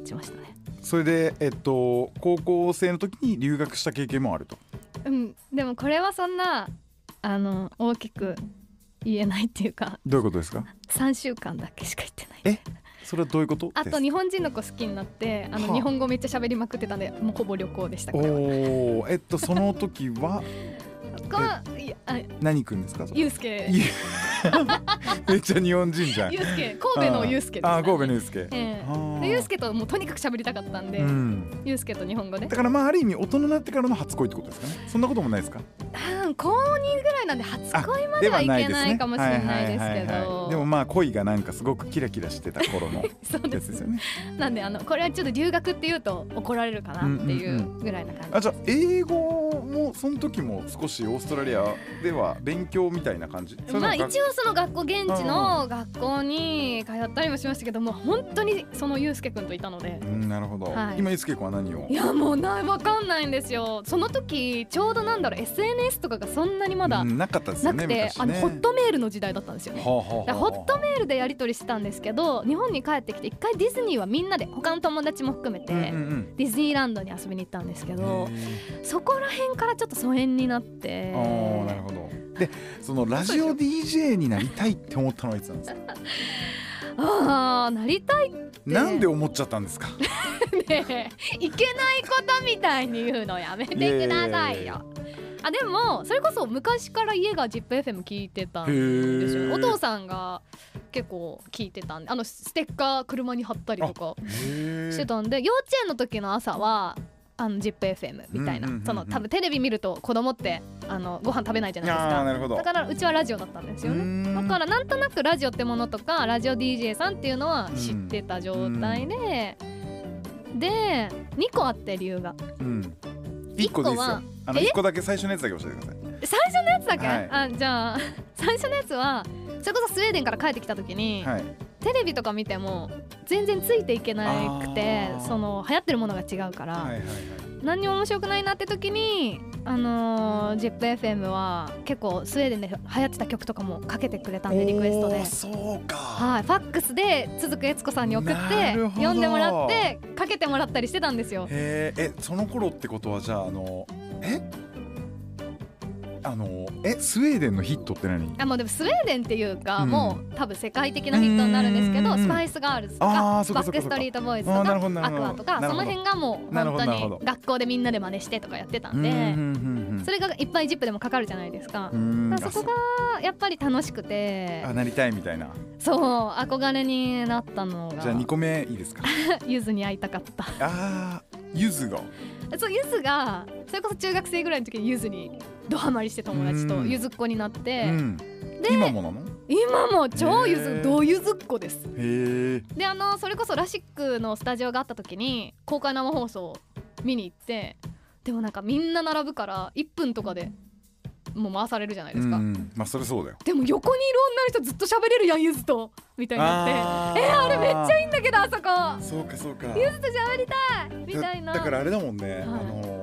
D: ごしましたね
C: それでえっと高校生の時に留学した経験もあると
D: うんでもこれはそんなあの大きく言えないっていうか
C: どういうことですか
D: 3週間だけしか行ってない
C: えそれはどういうことです
D: あと日本人の子好きになってあの
C: はあ
D: 日本語めっちゃ喋りまくってたんでもうほぼ旅行でしたこれは
C: おおえっとその時は
D: このいやあ
C: 何くんですかそれ
D: ゆうすけ
C: ゆ めっちゃ日本人じゃん
D: ゆうすけ神戸のゆうすけです
C: あー神戸のゆうすけ
D: え
C: あー
D: えでゆうすけともうとにかく喋りたかったんで、
C: うん
D: ゆうすけと日本語で
C: だからまあある意味大人になってからの初恋ってことですかねそんなこともないですか
D: あうん高2ぐらいなんで初恋まではいけないかもしれないですけ
C: はいはいはいは
D: ど
C: いでもまあ恋がなんかすごくキラキラしてた頃の
D: そう
C: や
D: で
C: つ
D: す
C: ですよね。
D: なんであのこれはちょっと留学っていうと怒られるかなっていうぐらいな感
C: あじゃあ英語もその時も少しオーストラリアでは勉強みたいな感じ。
D: じ、まあ一
C: 応
D: 応その学校現地の学校に通ったりもしましたけどもう本当にそのゆうすけくんといたので
C: なるほど。
D: はい
C: 今ゆすけ君は何を
D: い？やもうなわかんないんですよその時ちょうどなんだろう SNS とかがそんなにまだ
C: うんなかったですよね
D: なくて、
C: 昔
D: あの
C: ね。
D: ホットメールの時代だったんですよね
C: はあはあはあ
D: だからホットメールでやり取りしてたんですけど日本に帰ってきて一回ディズニーはみんなで他の友達も含めて、
C: うんうん
D: ディズニーランドに遊びに行ったんですけ
C: うん
D: ど、そこら辺からちょっと疎遠になって
C: あーなるほど。でそのラジオ DJ になりたいって思ったのはいつなんですか。
D: あーなりたい
C: なんで思っちゃったんですか。
D: ねいけないことみたいに言うのやめてくださ
C: いやいや
D: い
C: いやいや
D: よあでもそれこそ昔から家が ZIPFM 聞いてたんです
C: へ
D: よお父さんが結構聞いてたんであのステッカー車に貼ったりとかしてたんで幼稚園の時の朝はあの ZIPFM みたいな
C: うんうんうんうん
D: その多分テレビ見ると子供ってあのご飯食べないじゃないです
C: ああー
D: か
C: なるほど。
D: だからうちはラジオだったんですよねだ
C: ね
D: からなんとなくラジオってものとかラジオ DJ さんっていうのは知ってた状態で、で2個あって理由が
C: うん。一個でいいですよ。あの
D: え
C: 一個だけ最初のやつだけ教えてください。
D: 最初のやつだけ、
C: はい
D: あじゃあ 最初のやつはそれこそスウェーデンから帰ってきた時に、
C: はい。
D: テレビとか見ても全然ついていけなくて
C: あー
D: その流行ってるものが違うから、
C: はいはいはい。
D: 何にも面白くないなって時にあのー、ZIPFM は結構スウェーデンで流行ってた曲とかもかけてくれたんでリクエストで
C: おーそうか。
D: はい、ファックスで続く悦子さんに送っ
C: な
D: て
C: るほど
D: 読んでもらってかけてもらったりしてたんですよ。
C: へえ、え、その頃ってことはじゃああのえ、あのえスウェーデンのヒットって何？
D: あもうでもスウェーデンっていうか、
C: うん
D: もう多分世界的なヒットになるんですけ
C: うんうんう
D: ど
C: ん
D: スパイスガールズと
C: あ
D: か
C: ーそっ
D: バ
C: か
D: ッ
C: そっか
D: クス
C: そっか
D: トリートボーイズ
C: あ
D: と
C: ーなるほど
D: か
C: な
D: ア
C: るほ
D: ク
C: ど
D: アとか
C: なる
D: そ
C: ほ
D: の
C: ど
D: 辺がもう
C: なる
D: 本
C: ほ
D: 当
C: どなるほ
D: に
C: ど
D: 学校でみんなで真似してとかやってた
C: うんんうん
D: で
C: うんうん
D: それがいっぱい「ジップでもかかるじゃないですか
C: う。ん
D: だからそこがやっぱり楽しくて
C: あなりたいみたいな。
D: そう憧れになったのが
C: じゃあ二個目いいですか。
D: ゆずに会いたかった。
C: ああゆずが。
D: そうゆずがそれこそ中学生ぐらいの時にゆずにドハマりして友達と
C: うん
D: ゆずっ子になって、
C: うん。
D: で
C: 今もなの？
D: 今も超ゆ
C: へ
D: ず
C: ー
D: どゆずっ子です
C: へえ。
D: であのそれこそラシックのスタジオがあった時に公開生放送を見に行ってでもなんかみんな並ぶから1分とかでもう回されるじゃないですか、
C: うん。まあそれそうだよ。
D: でも横にいる女の人ずっと喋れるやんゆずとみたいになって
C: ー
D: えーあれめっちゃいいんだけどあそ
C: そ
D: こ
C: うかそうか。
D: ゆずと喋りたいみたいな
C: だだからあれだもんね、
D: い
C: あの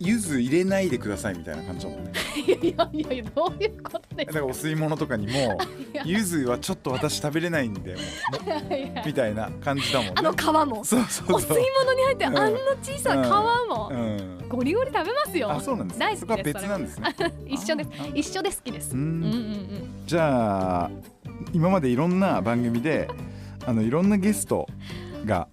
C: 柚子入れないでくださいみたいな感じだもんね
D: いやいやいやいやどういうことで
C: だからお吸い物とかにも
D: や
C: 柚子はちょっと私食べれないんでも
D: すかいやいや
C: うみたいな感じだもんね
D: あの皮も
C: そうそ
D: お
C: う
D: 吸
C: そ
D: いう物に入ってあんな小さな皮も、
C: うん
D: ゴリゴリ食べますよ
C: あそうなんです
D: 大好きです
C: そこは別なんですね
D: 一緒です
C: あ
D: 一緒で好きです
C: う
D: うんうんうんん
C: じゃあ今までいろんな番組であのいろんなゲストが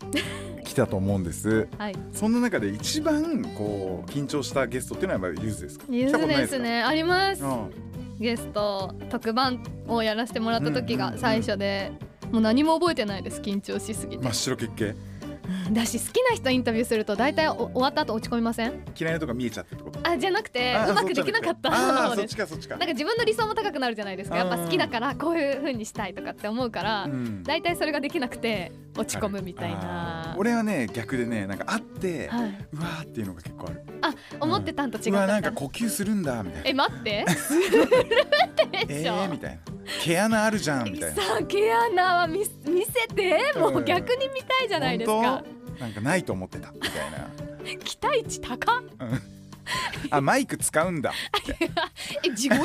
C: 来たと思うんです
D: はい
C: そんな中で一番こう緊張したゲストっていうのはやっぱりゆずですか
D: ゆずです
C: 来
D: ねあります
C: たことないですか
D: ゲスト特番をやらせてもらった
C: うん
D: 時
C: うん
D: が
C: うん
D: 最初で、もう何も覚えてないです緊張しすぎ
C: うん
D: て
C: 真っ白血系
D: だし好きな人インタビューすると大体お終わった後落ち込みません
C: 嫌いなとこ見えちゃってってこと
D: あじゃなくて
C: あー
D: うまくで
C: そっち
D: きなかった
C: あ
D: そう
C: ーそっ
D: で
C: ち
D: す
C: かそっちか
D: なんか自分の理想も高くなるじゃないですかやっぱ好きだからこういう風にしたいとかって思うから、
C: うん
D: 大体それができなくて落ち込むみたい
C: あ
D: な
C: ー。俺はね逆でねなんか会って、
D: はい、
C: うわーっていうのが結構ある
D: 思ってたんと違
C: う
D: う
C: わ
D: か
C: ー
D: った
C: なんか呼吸するんだみたいな
D: え待 って
C: え
D: でしょ
C: ーみたいな毛穴あるじゃんみたいな
D: さあ毛穴は見せ見せてもううん逆に見たいじゃないですか
C: 本当なんかないと思ってたみたいな
D: 期待値高っ
C: あマイク使うん だ
D: え地 声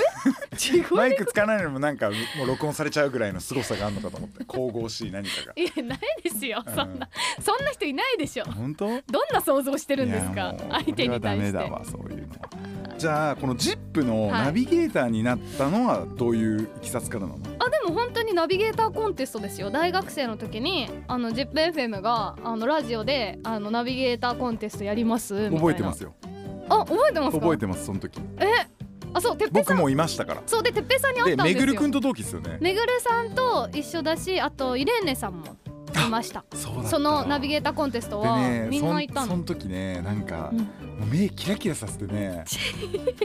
D: 地
C: マ
D: 声
C: イク使わないのもなんかもう録音されちゃうぐらいの凄さがあるのかと思って神々しい何 か
D: いやないですよそ
C: が、
D: んなそんな人いないでしょ
C: うん、本当
D: どんな想像してるん
C: い
D: で
C: や
D: すか
C: もう
D: 相
C: こ
D: 手に対して
C: れはダメだわそういうのはじゃあこの ZIP のナビゲーターになったのはどういういきさつからなの、
D: あでも本当にナビゲーターコンテストですよ大学生の時にあの ZIPFM があのラジオであのナビゲーターコンテストやりますみたいな
C: 覚えてますよ
D: あ覚えてますか
C: 覚えてますその時
D: あそうてっぺいさ
C: 僕
D: ん
C: もいましたから
D: そうでてっぺいさんに会っ
C: で
D: たんで
C: め
D: すよ
C: ぐるくんと同期ですよね
D: めぐるさんと一緒だしあとイレーネさんもいました
C: そうだった
D: そのナビゲーターコンテスト
C: で
D: は
C: ね
D: みんな行った
C: そん
D: の、
C: その時ねなんか、
D: うん
C: もう目キラキラさせて ね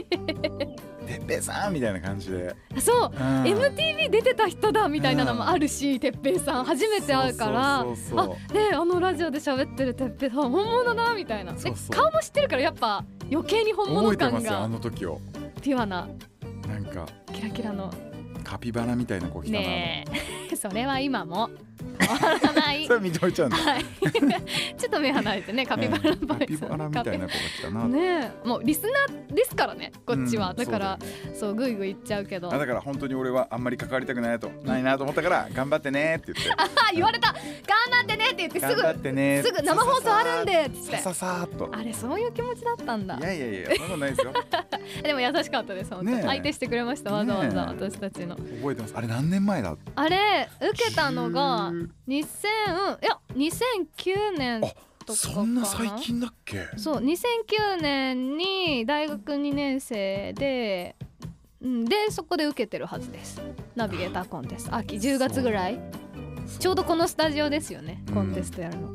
C: 「てっぺいさん」みたいな感じで、
D: あそう
C: うん
D: MTV 出てた人だみたいなのもあるし哲平さん初めて会うから
C: そうそうそうそう
D: あねあのラジオで喋ってる哲平さん本物だみたいなで
C: そうそう
D: 顔も知ってるからやっぱ余計に本
C: 覚
D: 物
C: えて
D: 感
C: ますよあ
D: が
C: の時を
D: ピュアな
C: なんか
D: キラキラの
C: カピバラみたいな子来たな、
D: ね えそれは今も 変わらな
C: あの
D: い
C: それ認めちゃうんだ
D: はい ちょっと目離れてねカピバラ
C: うんカ
D: バイ
C: ピ
D: さん
C: バラみたいな子が来たな、
D: ねえもうリスナーですからねこっちは、
C: うん
D: だから
C: そうだよね
D: そうグイグイいっちゃうけど
C: あだから本当に俺はあんまり関わりたくないなとないなと思ったから頑張ってねって言って
D: あ言われた頑張ってねって言ってす
C: 頑
D: ぐ
C: 張ってね
D: すぐ生放送あるんでっつって
C: さささーっと
D: あれそういう気持ちだったんだ
C: いやいやいやそんなことないですよ
D: でも優しかったです本当、
C: ねえ
D: 相手してくれましたわざわざ
C: ねえ
D: 私たちの
C: 覚えてますあれ何年前だあ
D: あれ受けたのが
C: 10
D: 2000いや2009年とかかな
C: そんな最近だっけ
D: そう2009年に大学2年生で、うん、でそこで受けてるはずですナビゲーターコンテスト秋10月ぐらいちょうどこのスタジオですよね
C: うん
D: コンテストやるの、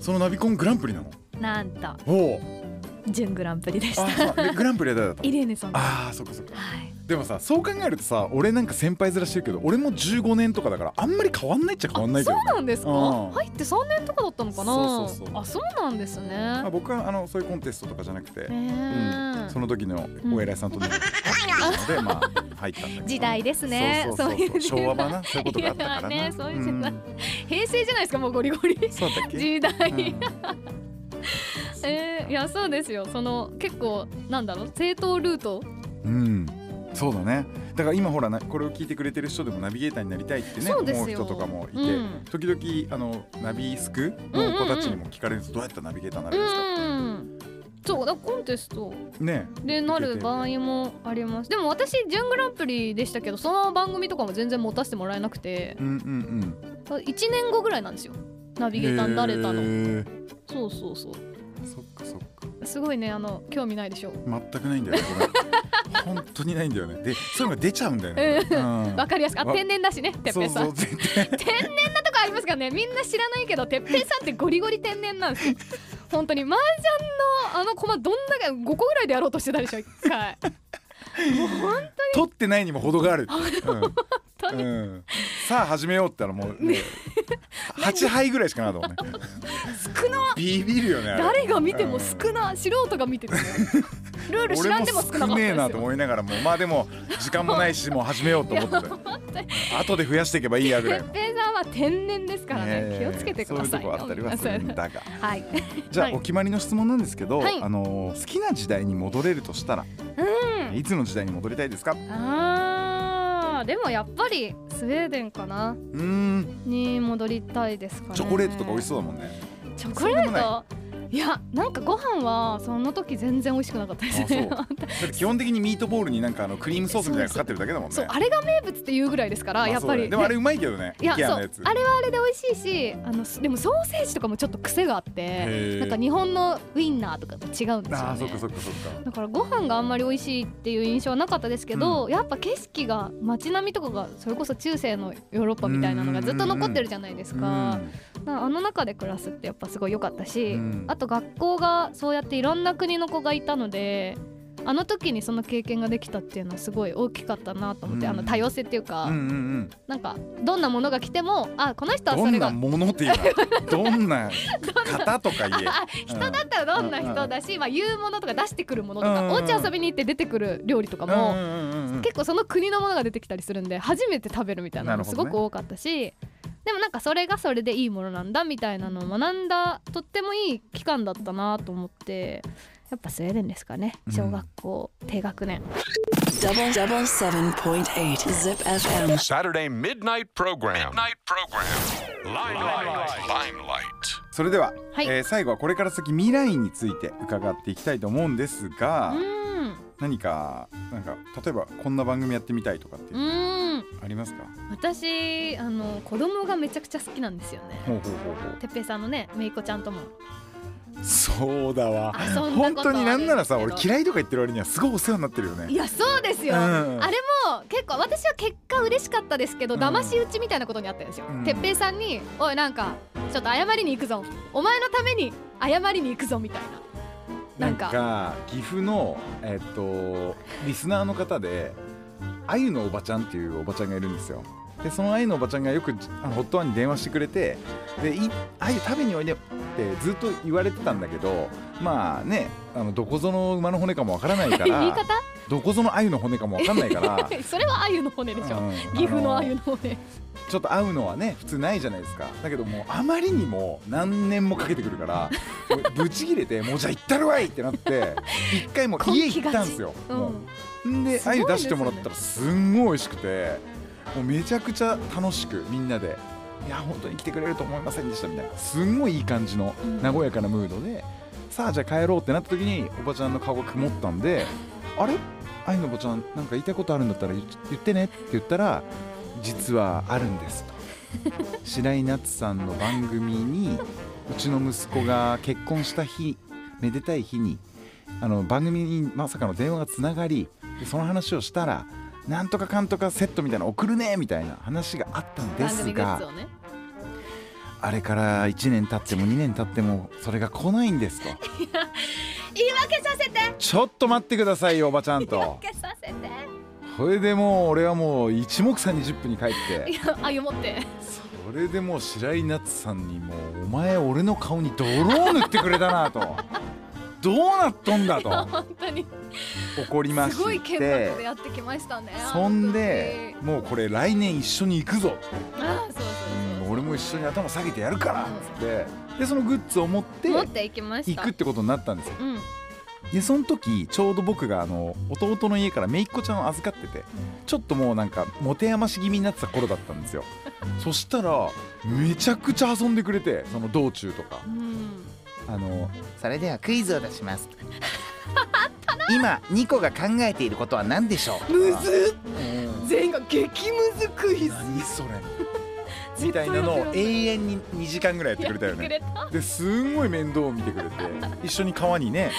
C: そのナビコングランプリなの
D: なんと
C: おお
D: 準グランプリでした
C: あそうでグランプリは誰だったの
D: イレーネさんは
C: あーそっかそっか
D: い
C: でもさそう考えるとさ俺なんか先輩面してるけど俺も15年とかだからあんまり変わんないっちゃ変わんないけ
D: そ
C: ど、
D: う
C: ね、
D: なんですか
C: うん
D: 入って3年とかだったのかな
C: そうそうそう
D: あそうなんです
C: まあ、
D: ね
C: 僕はあのそういうコンテストとかじゃなくて、
D: ねえ
C: うん、その時のお偉いさんとの、でまあ入ったんだけど
D: 時代ですね
C: そうそうそうそう
D: そういう時代
C: 昭和版なそういうことがあったからない
D: やね そういう時代
C: ん
D: 平成じゃないですかもうゴリゴリ
C: そうだっけ
D: 時代、
C: うん
D: えー、いやそうですよその結構なんだろう正当ルート、
C: うんそうだねだから今ほらなこれを聞いてくれてる人でもナビゲーターになりたいってね
D: そ
C: 思
D: うです
C: う
D: よ
C: 人とかもいて、
D: うん
C: 時々あのナビスクの子たちにも聞かれるとどうやったらナビゲーターにな
D: う
C: るんですか、
D: んそうだコンテスト
C: ね
D: でなる場合もありますでも私準グランプリでしたけどその番組とかも全然持たせてもらえなくて
C: うんうん
D: 1年後ぐらいなんですよナ
C: うん
D: ビゲーターになれた
C: へ
D: の
C: ー
D: そうそうそう
C: そっかそっか
D: すごいねあの興味ないでしょ
C: 全くないんだよねごめん本当にないんだよねでそういうのが出ちゃうんだよねこれうん
D: わかりやすくあ
C: わ
D: 天然だしねてっ
C: そ
D: ぺ
C: う
D: いさ
C: そ
D: ん
C: う絶対
D: 天然なとこありますからねみんな知らないけどてっぺいさんってゴリゴリ天然なんですよ本当に麻雀のあの駒どんなか5個ぐらいでやろうとしてたでしょ一回
C: 取ってないにも程 がある本
D: 当に
C: うん、さあ始めようって言ったらもう、 ね、8杯ぐらいしかないと思うね
D: 少な
C: ビビるよねあれ
D: 誰が見て
C: う
D: も
C: ん
D: 少な素人が見てても ルール知
C: 俺
D: らん
C: も
D: でも少なか
C: 少
D: った
C: ねえなと
D: ですよ
C: 思いながらもまあでも時間もないしもう始めようと思ってたよ後で増やしていけばいいやぐら
D: て
C: い
D: っ
C: の。
D: ぺいさんは天然ですからね
C: え
D: 気をつけてください
C: そういうとこあったりはするんだが
D: はい
C: じゃあ、
D: はい
C: お決まりの質問なんですけど、
D: はい
C: あのー好きな時代に戻れるとしたら、
D: う
C: いつの時代に戻りたいですか
D: んあーでもやっぱりスウェーデンかな
C: うーん
D: に戻りたいですかね
C: チョコレートとか美味しそうだもんね
D: チョコレ
C: そうでも
D: ートいやなんかご飯はその時全然美味しくなかったです
C: あそう
D: ね
C: だって基本的にミートボールになんかあのクリームソースみたいなのかかってるだけだもんね
D: そうあれが名物っていうぐらいですから
C: まあ
D: やっぱ
C: そうだよね
D: り
C: でもあれうまいけどね
D: いや
C: IKEA
D: そ
C: の
D: う
C: や
D: あれ
C: つ
D: はあれで美味しいしあのすでもソーセージとかもちょっと癖があって
C: へー
D: なんか日本のウインナーとかと違うんです
C: あ
D: よ
C: あそっかそ
D: ね
C: っかそっか
D: だからご飯があんまり美味しいっていう印象はなかったですけど、やっぱ景色が街並みとかがそれこそ中世のヨーロッパみたいなのがずっと残ってるじゃないですか。なあの中で暮らすってやっぱすごい良かったし、
C: うん
D: あと学校がそうやっていろんな国の子がいたのであの時にその経験ができたっていうのはすごい大きかったなと思って、
C: うん
D: あの多様性っていうか、
C: うんうんうん
D: なんかどんなものが来てもあこの人は
C: ど
D: それ
C: んな
D: が
C: ものっていうか どんな型とか言え
D: あ人だったらどんな人だし、まあ、言うものとか出してくるものとか、
C: うん
D: お家遊びに行って出てくる料理とか
C: うん
D: も、
C: うんうんうん
D: 結構その国のものが出てきたりするんで初めて食べるみたいな
C: な
D: の
C: る
D: も
C: ほ
D: す
C: どね
D: ごく多かったし、でもなんかそれがそれでいいものなんだみたいなのを学んだとってもいい期間だったなと思ってやっぱスウェーデンですかね
C: うん
D: 小学校、低学年
A: Double double seven point eight Zip FM.
B: Saturday midnight program. Midnight program. Limelight. Limelight.
C: それでは、
D: はい
C: えー最後はこれから先未来について伺っていきたいと思うんです
D: う
C: が
D: ーん
C: 何かなんか例えばこんな番組やってみたいとかって
D: うーん
C: ありますか
D: 私あの子供がめちゃくちゃ好きなんですよね
C: ほうほうほうほう
D: てっぺいさんのねめいこちゃんとも
C: そうだわ
D: 遊んだことあるんですけど
C: 本当になんならさ俺嫌いとか言ってる割にはすごいお世話になってるよ
D: い
C: ね
D: やそうですよ、
C: うん
D: あれもも結構私は結果嬉しかったですけど
E: うん
D: 騙し討ちみたいなことにあったんですよ
E: うん
D: 哲平さんに「おいなんかちょっと謝りに行くぞお前のために謝りに行くぞ」みたいな
C: な
D: なんん
C: か
D: か
C: 岐阜のえっとリスナーの方であゆのおばちゃんっていうおばちゃんがいるんですよでそのあゆのおばちゃんがよくあのホットワンに電話してくれて「でいあゆ食べにおいで」ってずっと言われてたんだけどまあねあのどこぞの馬の骨かもわからないか
D: 言い
C: ら
D: 方
C: どこぞのあゆの骨かもわかんないから、
D: それは鮎の骨 でしょ、
C: うん
D: 岐阜の
C: あの
D: 鮎の骨
C: ちょっと会うのはね普通ないじゃないですかだけどもうあまりにも何年もかけてくる からもうブチギレて「もうじゃあ行ったるわい!」ってなって一回もう家行ったんですよ。
D: う
C: も
D: ん
C: うんです
D: ごい
C: 鮎
D: ですね
C: 出してもらったらすんごい美味しくてもうめちゃくちゃ楽しくみんなで。いや本当に来てくれると思いませんでしたみたいなすんごいいい感じの
D: うん
C: 和やかなムードで、さあじゃあ帰ろうってなった時におばちゃんの顔が曇ったんで「あれ愛のおばちゃんなんか言いたいことあるんだったら言っ言ってね」って言ったら「実はあるんです」と。白井夏さんの番組にうちの息子が結婚した日めでたい日にあの番組にまさかの電話がつながりでその話をしたらなんとかかんとかセットみたいなの送るねみたいな話があったんで
D: 番
C: す
D: 組グッズ
C: が
D: をね
C: あれから1年経っても2年経ってもそれが来ないんですと
D: 言い訳させて
C: ちょっと待ってくださいよおばちゃん
D: 言い
C: と
D: 訳させて
C: それでもう俺はもう一目散に10分に帰って
D: いや鮎持って
C: それでもう白井夏さんにもうお前俺の顔に泥を塗ってくれたなと どうなっとんだと
D: 本当に
C: 怒ります
D: ごい
C: し
D: 剣
C: て
D: 幕でやってきましたね
C: そんでもうこれ来年一緒に行くぞ
D: あそうそうそう
C: 俺も一緒に頭下げてやるからっつってでそのグッズを持って
D: 持っていきまし
C: 行
D: た
C: くってことになったんですよ
D: うん
C: でその時ちょうど僕があの弟の家から姪っ子ちゃんを預かっててちょっともうなんか持て余し気味になってた頃だったんですよそしたらめちゃくちゃ遊んでくれてその道中とか
D: うん
C: あの
F: それではクイズを出します 今ニコが考えていることは何でしょう
C: む
F: ず
D: 全員が激ムズクイズ
C: 何それみたいなのを永遠に2時間ぐらいやってくれたよねですんごい面倒を見てくれて一緒に川にね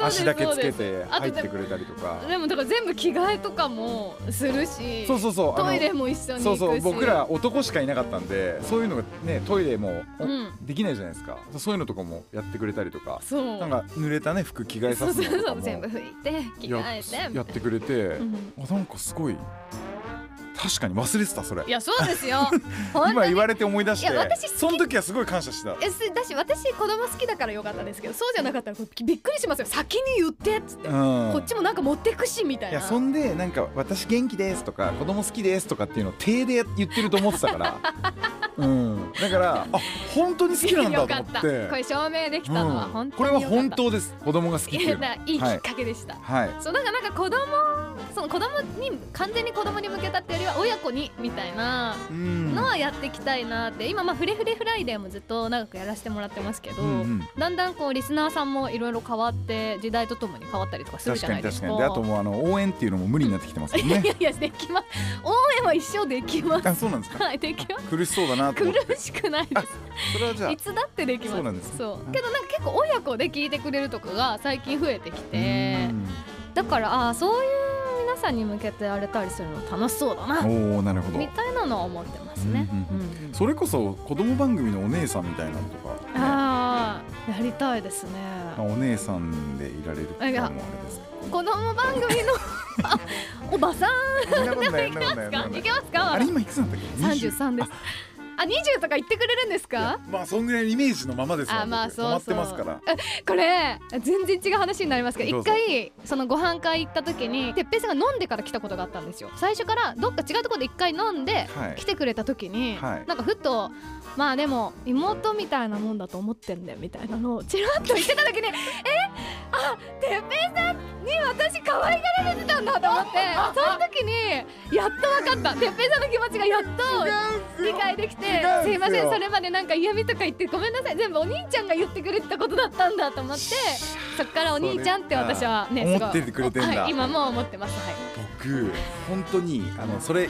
C: 足だけつけて入ってく
D: れ
C: れたりとか
D: でもだから全部着替えとかもするし
C: そうそうそうあの
D: トイレも一緒に
C: そ
D: 行
C: う
D: くし
C: そう僕ら男しかいなかったんでそういうのがねトイレも、お
D: うん
C: できないじゃないですかそういうのとかもやってくれたりとか
D: そう
C: なんか濡れたね服着替え
D: そ
C: さ
D: う
C: せ
D: そう
C: るのとか
D: そう
C: も
D: 全部拭いて着
C: や
D: 替えてみた
C: や
D: い
C: ってくれて
D: な、うん
C: あなんかすごい確かに忘れてたそれ
D: いやそうで すよ本当
C: 今
D: に
C: 言われて思い出して
D: いや私好き
C: その時はすごい感謝してた
D: えすだし私子供好きだからよかったですけどそうじゃなかったらこれびっくりしますよ先に言ってっつって、
C: うん
D: こっちもなんか持ってくしみたい
C: い
D: な
C: やそんでなんか「私元気です」とか「子供好きです」とかっていうのを手で言ってると思ってたから うんだからあ本当に好きなんだ
D: よ
C: と
D: か
C: 思
D: っ
C: ったて
D: これ証明できたのは
C: うん
D: 本
C: こ
D: 当
C: れ
D: に
C: は
D: 良かった
C: 本当です子供が好きって
D: い
C: いう
D: や
C: の
D: だいいきっかけでした、
C: はい
D: そうだからなんか子供その子供に完全に子供に向けたってよりは親子にみたいな
C: うん
D: のはやっていきたいなって今まあフレフレフライデーもずっと長くやらせてもらってますけど、
C: うんうん
D: だんだんこうリスナーさんもいろいろ変わって時代とともに変わったりとかする
C: 確
D: じゃ
C: かに
D: ないで
C: 確
D: す
C: か
D: か。
C: にであともうあの応援っていうのも無理になってきてますもん
D: い
C: ね
D: やいやできます応援は一生できます
C: あそうなんですか
D: はいできます
C: 苦しそうだなと思って
D: 苦しくな いで
C: それはじゃあ
D: すいつだってできます
C: そうなんですね
D: そう
C: はい
D: けどなんか結構親子で聞いてくれるとかが最近増えてきてだからああーそういう皆さんに向けてあれたりするの楽しそうだ
C: う
D: なん
C: おおなるほど
D: みたいなのは思ってますね、
C: うんうん
D: うん
C: それこそ子供番組のお姉さんみたいなのとかね
D: ああやりたいですね
C: まあお姉さんでいられるっていうのもあれですけど
D: 子供番組の あおばさん
C: そんなことないそんなことないそんなこと
D: が
C: ない
D: いけますか
C: あれ今いくつなんだっけ
D: 三
C: 20
D: 十三ですあ二十とか言ってくれるんです
C: いや
D: か
C: まあそんぐらいのイメージのままですよ
D: あまあ
C: 僕
D: そうそう
C: 止まってますから
D: これ全然違う話になりますけど
C: どう
D: 一
C: ぞ
D: 回そのご飯会行った時にてっぺいさんが飲んでから来たことがあったんですよ最初からどっか違うところで一回飲んで
C: はい
D: 来てくれた時に、
C: はい
D: なんかふとまあでも妹みたいなもんだと思ってんだよみたいなのをちらっと言ってた時に えあてっぺいさんに私可愛がられてたんだと 思ってその時にやっと分かったてっぺいさんの気持ちがやっと理解できて
C: 違うんで
D: す
C: すよ
D: いませんそれまでなんか嫌味とか言ってごめんなさい全部お兄ちゃんが言ってくれてたことだったんだと思ってそっからお兄ちゃんって私はね
C: それ
D: すごい
C: 思っててくれてんだ
D: はい、今もう思ってますはい
C: 僕本当にあのそれ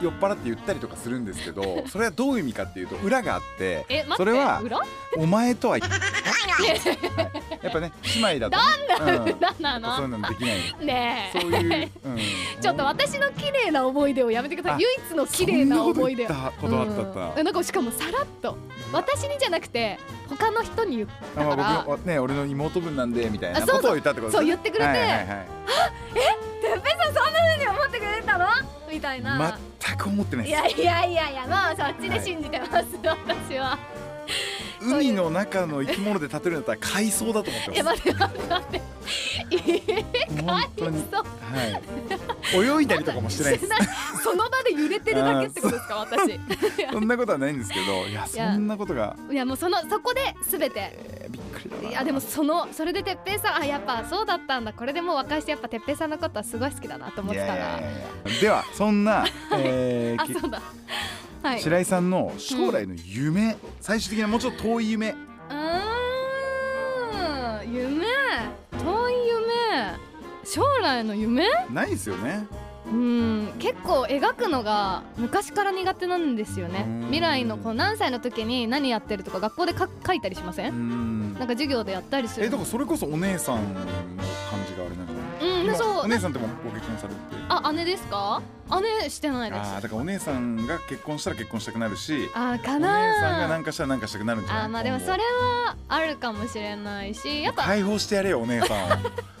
C: 酔っ払って言ったりとかするんですけ どそれはどういう意味かっていうと裏があって
D: え待って
C: それは
D: 裏
C: お前とははいやっやっぱね姉妹だと、ね、うん
D: 裏な
C: そういう
D: の
C: のできないの
D: ね
C: そういう、うん、
D: え ちょっと私の綺麗な思い出をやめてくださ
C: あ
D: い唯一の綺麗な思い出
C: そんなこと言ったことあった
D: うんなんかしかもさらっと私にじゃなくて他の人に言っ
C: あ
D: だから
C: まあ、僕ね俺の妹分なんでみたいな
D: あそうそう
C: ことを言ったってこと
D: そう言ってくれて
C: はいはいはい
D: てっぺさんそんな風に思ってくれたのみたいな、
C: 全く思ってない
D: い
C: です
D: やいやいやいやまあそっちで信じてます、私はそういう
C: 海の中の生き物で例えるんだったら海藻だと思って
D: え
C: ま
D: 待って待って待ってえ
C: す本当に
D: そう
C: はい泳いだりとかもしてないです
D: してない その場で揺れてるだけってこ とですか私
C: そんなことはないんですけどいや
D: や
C: そんなことが
D: いやもうそのそこで全て
C: えーびっくりだない
D: やでもそのそれで哲平さんあやっぱそうだったんだこれでもう和解してやっぱ哲平さんのことはすごい好きだなと思っ
C: い
D: て
C: や
D: た
C: い
D: ら
C: やいやいやではそん な、えー
D: あ
C: き
D: そうだはい
C: 白井さんの将来の夢、最終的なもうちょっと遠い夢
D: うーん夢遠い夢将来の夢
C: ないですよね
D: うん結構描くのが昔から苦手なんですよね
C: うん
D: 未来のこう何歳の時に何やってるとか学校で書書いたりしませ
C: うんん
D: なんか授業でやったりす
C: え
D: る
C: だからそれこそお姉さんの感じがあれなんか
D: うんで
C: 今
D: そ
C: お
D: う
C: 姉さんってもうご結婚されて
D: あ姉ですか姉してないです
C: ああだからお姉さんが結婚したら結婚したくなるし
D: あーか
C: お姉さんが
D: な
C: 何かしたら何かしたくなるんじゃない
D: あーまあでもそれはあるかもしれないしやっぱ
C: 解放してやれよお姉さんを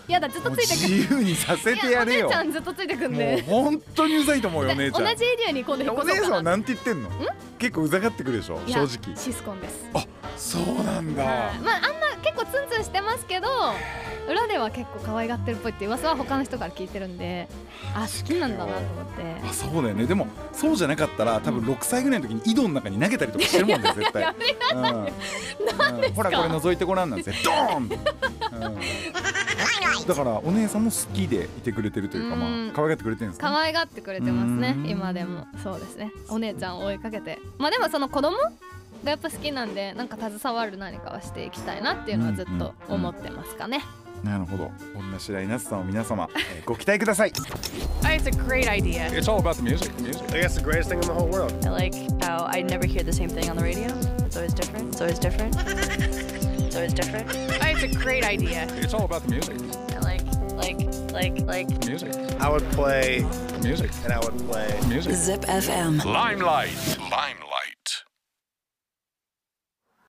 D: やだずっと
C: もう
D: ついてくる
C: 自由にさせてやれよ
D: いお姉ちゃんずっとついてくん
C: もう
D: で
C: 本当にうざいと思うよお姉ちゃ
D: 同
C: ん
D: じエリアに今度引っ
C: お
D: 越
C: 姉
D: そう
C: さん
D: か
C: は
D: な
C: なんて言ってんの結構うざがってくるでしょ
D: い
C: 正
D: や
C: 直
D: シスコンです
C: そうなんだ、
D: はいまああんま結構ツンツンしてますけど裏では結構可愛がってるっぽいって噂は他の人から聞いてるんであ好きなんだなと思って
C: まあそうだよねでもそうじゃなかったら多分6歳ぐらいの時に井戸の中に投げたりとかしてるもんね絶対
D: やめ
C: うんうんほらこれ覗いてごらんなんですよドーン、うんだからお姉さんも好きでいてくれてるというか
D: うん
C: まあ可愛がってくれてるんですか、
D: 可愛がってくれてますね
C: うん
D: 今でもそうですねお姉ちゃんを追いかけてまあでもその子供がやっぱ好きなんでなんか携わる何かはしていきたいなっていうのはずっと思ってますかね
C: なるほどこんな白井なすさんを皆様、えーご期待ください
G: Oh, It's a great idea.
C: It's all about the music
H: I guess the greatest thing in the whole world.
G: I like how I never hear the same thing on the radio. It's always different. It's always different. It's always different. Oh, It's a great idea.
C: It's all about the music
G: I like, like, like, like.
C: music
H: I would play,
C: music
H: and I would play.
C: music
A: Zip FM.
B: Limelight. Limelight.